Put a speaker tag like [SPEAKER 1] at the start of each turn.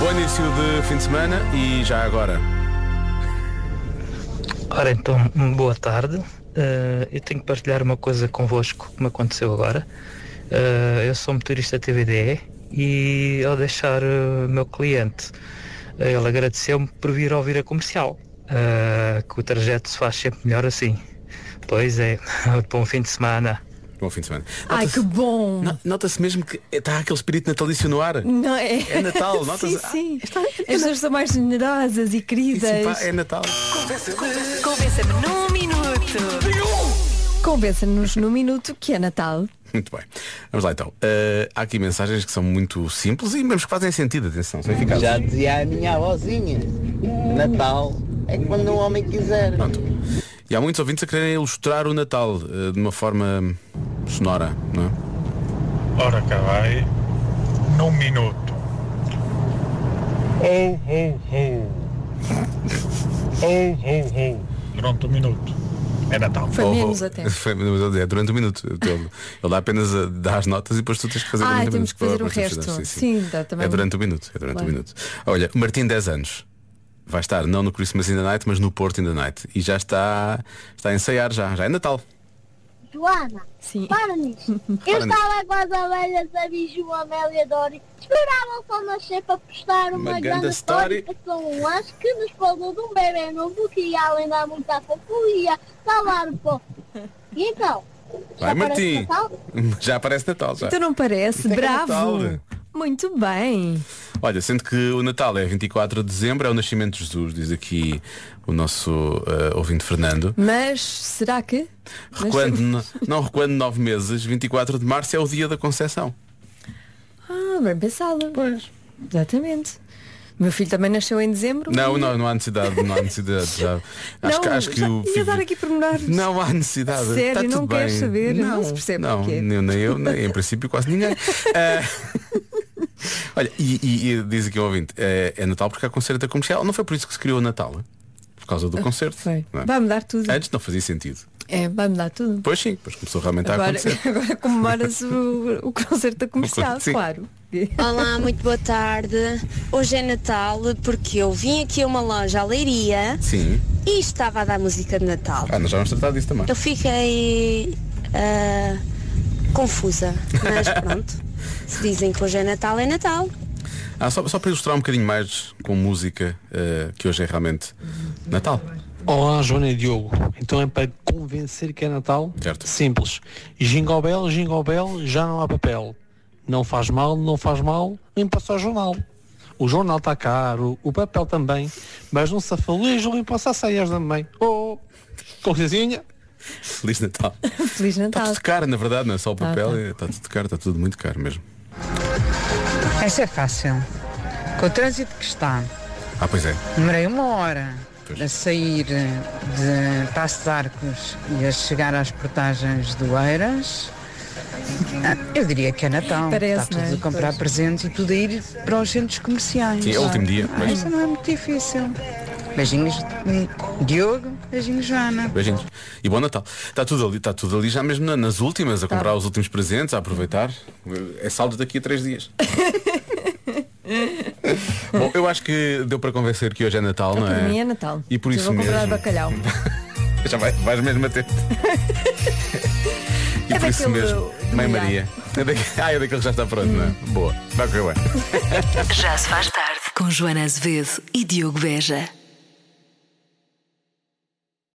[SPEAKER 1] Bom início de fim de semana e já agora.
[SPEAKER 2] Ora então, boa tarde. Eh, eu tenho que partilhar uma coisa convosco que me aconteceu agora. Eh, eu sou motorista TVDE e ao deixar eh, o meu cliente, eh, ele agradeceu-me por vir ouvir a comercial. eh, que o trajeto se faz sempre melhor assim. Pois é, bom fim de semana.
[SPEAKER 1] Bom fim de semana.
[SPEAKER 3] Ai,
[SPEAKER 1] Nota-se-
[SPEAKER 3] que bom!
[SPEAKER 1] No- Nota-se mesmo que está aquele espírito natalício no ar.
[SPEAKER 3] Não, é...
[SPEAKER 1] É Natal,
[SPEAKER 3] sim,
[SPEAKER 1] nota-se. Ah,
[SPEAKER 3] sim. As pessoas são mais generosas e
[SPEAKER 1] isso, pá,
[SPEAKER 3] queridas.
[SPEAKER 1] é Natal.
[SPEAKER 4] Convença-me num minuto.
[SPEAKER 1] é.
[SPEAKER 3] Convença-nos num minuto que é Natal.
[SPEAKER 1] Muito bem. Vamos lá então. Eh, há aqui mensagens que são muito simples e mesmo que fazem sentido, atenção, são eficazes.
[SPEAKER 5] Já dizia a minha avózinha, Natal é quando um homem quiser.
[SPEAKER 1] Pronto. E há muitos ouvintes a quererem ilustrar o Natal eh, de uma forma hum, sonora, não é?
[SPEAKER 6] Ora cá vai, num minuto. Ho, ho, ho. Ho, ho, ho. Durante um minuto. É Natal.
[SPEAKER 3] Foi
[SPEAKER 1] Ou-
[SPEAKER 3] menos até.
[SPEAKER 1] Foi, mas eu dizia, durante um minuto. Ele, ele dá apenas a- dá as notas e depois tu tens que fazer
[SPEAKER 3] Ah,
[SPEAKER 1] durante um minuto.
[SPEAKER 3] temos que fazer o
[SPEAKER 1] Mas tens
[SPEAKER 3] resto.
[SPEAKER 1] dar,
[SPEAKER 3] Sim, dá também.
[SPEAKER 1] É durante um minuto. É durante um
[SPEAKER 3] Claro.
[SPEAKER 1] minuto. Olha, Martim 10 anos. Vai estar não no Christmas in the Night, mas no Porto in the Night. E já está, está a ensaiar já. Já é Natal.
[SPEAKER 7] Joana,
[SPEAKER 3] Sim.
[SPEAKER 7] para nisso. Eu
[SPEAKER 1] Para nisso.
[SPEAKER 7] estava com as abelhas a Biju, Amélia e Dori. Esperavam só nascer para postar uma,
[SPEAKER 1] Uma grande
[SPEAKER 7] grande
[SPEAKER 1] story.
[SPEAKER 7] história. São um anjo que nos falou de um bebê novo que ia além da muita fofolia, salvar o povo. E então? já
[SPEAKER 1] Vai,
[SPEAKER 7] parece
[SPEAKER 1] Martim.
[SPEAKER 7] Natal?
[SPEAKER 1] Já aparece Natal. Já.
[SPEAKER 3] Então não parece?
[SPEAKER 1] Isto é que é
[SPEAKER 3] Bravo!
[SPEAKER 1] Natal.
[SPEAKER 3] Muito bem!
[SPEAKER 1] Olha, sendo que o Natal é 24 de dezembro, é o nascimento de Jesus, diz aqui o nosso eh, ouvinte Fernando.
[SPEAKER 3] Mas será que? Mas-
[SPEAKER 1] Recuando, no- não recuando nove meses, 24 de março é o dia da concessão.
[SPEAKER 3] Ah, bem pensado. Pois. Exatamente. Meu filho também nasceu em dezembro.
[SPEAKER 1] Não, não, não há necessidade, não há necessidade. Já. Acho,
[SPEAKER 3] Não,
[SPEAKER 1] que, acho que
[SPEAKER 3] já
[SPEAKER 1] o-
[SPEAKER 3] ia dar aqui pormenores.
[SPEAKER 1] Não há necessidade.
[SPEAKER 3] Sério,
[SPEAKER 1] Está tudo
[SPEAKER 3] não
[SPEAKER 1] bem.
[SPEAKER 3] queres saber? Não se percebe
[SPEAKER 1] não,
[SPEAKER 3] porquê.
[SPEAKER 1] nem, nem eu, nem em princípio quase ninguém. Ah, Olha, e, e- e diz aqui o ouvinte, é, é Natal porque há concerto da comercial. Não foi por isso que se criou o Natal, é? por causa do concerto.
[SPEAKER 3] Ah, Foi.
[SPEAKER 1] não é?
[SPEAKER 3] Vai mudar tudo.
[SPEAKER 1] Antes não fazia sentido.
[SPEAKER 3] É, vai mudar tudo.
[SPEAKER 1] Pois sim, depois começou realmente Tá a
[SPEAKER 3] Agora,
[SPEAKER 1] acontecer.
[SPEAKER 3] agora comemora-se o, o concerto da comercial,
[SPEAKER 1] Sim.
[SPEAKER 3] claro.
[SPEAKER 8] Olá, muito boa tarde. Hoje é Natal porque eu vim aqui a uma loja à Leiria
[SPEAKER 1] Sim.
[SPEAKER 8] e estava a dar música de Natal.
[SPEAKER 1] Ah, nós já vamos tratar disso também.
[SPEAKER 8] Eu fiquei ah, confusa, mas pronto. Se dizem que hoje é Natal, é Natal.
[SPEAKER 1] Ah, só, só para ilustrar um bocadinho mais com música, eh, que hoje é realmente Natal.
[SPEAKER 9] Olá, Joana e Diogo. Então é para convencer que é Natal?
[SPEAKER 1] Certo.
[SPEAKER 9] Simples. Jingle bell, jingle bell, já não há papel. Não faz mal, não faz mal, limpa só o jornal. O jornal está caro, o papel também, mas não se afaleja, limpa-se a saias também. Oh, com licencinha.
[SPEAKER 1] Feliz Natal.
[SPEAKER 3] Feliz
[SPEAKER 1] Está
[SPEAKER 3] Natal.
[SPEAKER 1] tudo caro, na verdade, não é só o papel,
[SPEAKER 3] tá.
[SPEAKER 1] é- está tudo caro, está tudo muito caro mesmo.
[SPEAKER 10] Essa é fácil. Com o trânsito que está,
[SPEAKER 1] Ah, pois é.
[SPEAKER 10] demorei uma hora
[SPEAKER 1] Pois.
[SPEAKER 10] a sair de Passo de Arcos e a chegar às portagens do Eiras. Ah, Eu diria que é Natal.
[SPEAKER 3] Parece,
[SPEAKER 10] está tudo
[SPEAKER 3] não é?
[SPEAKER 10] a comprar
[SPEAKER 3] Pois.
[SPEAKER 10] presentes e tudo a ir para os centros comerciais.
[SPEAKER 1] Sim, é o último dia,
[SPEAKER 10] Ah,
[SPEAKER 1] pois.
[SPEAKER 10] isso não é muito difícil. Beijinhos, hum, Diogo. Beijinhos, Joana.
[SPEAKER 1] Beijinhos. E bom Natal. Está tudo ali, está tudo ali já mesmo na- nas últimas, a
[SPEAKER 3] Tá.
[SPEAKER 1] comprar os últimos presentes, a aproveitar. É saldo daqui a três dias. bom, eu acho que deu para convencer que hoje é Natal, não
[SPEAKER 3] Para
[SPEAKER 1] é?
[SPEAKER 3] mim é Natal.
[SPEAKER 1] E por
[SPEAKER 3] Eu
[SPEAKER 1] isso
[SPEAKER 3] vou comprar
[SPEAKER 1] mesmo.
[SPEAKER 3] bacalhau.
[SPEAKER 1] Já vai, vais mesmo a tempo. E
[SPEAKER 3] É
[SPEAKER 1] por isso
[SPEAKER 3] daquele
[SPEAKER 1] mesmo,
[SPEAKER 3] do- Hum. do
[SPEAKER 1] Mãe
[SPEAKER 3] milhar.
[SPEAKER 1] Maria. É daquele, ah, é daquele que já está pronto, não é? Boa. Vai correr bem.
[SPEAKER 4] Já se faz tarde com Joana Azevedo e Diogo Beja.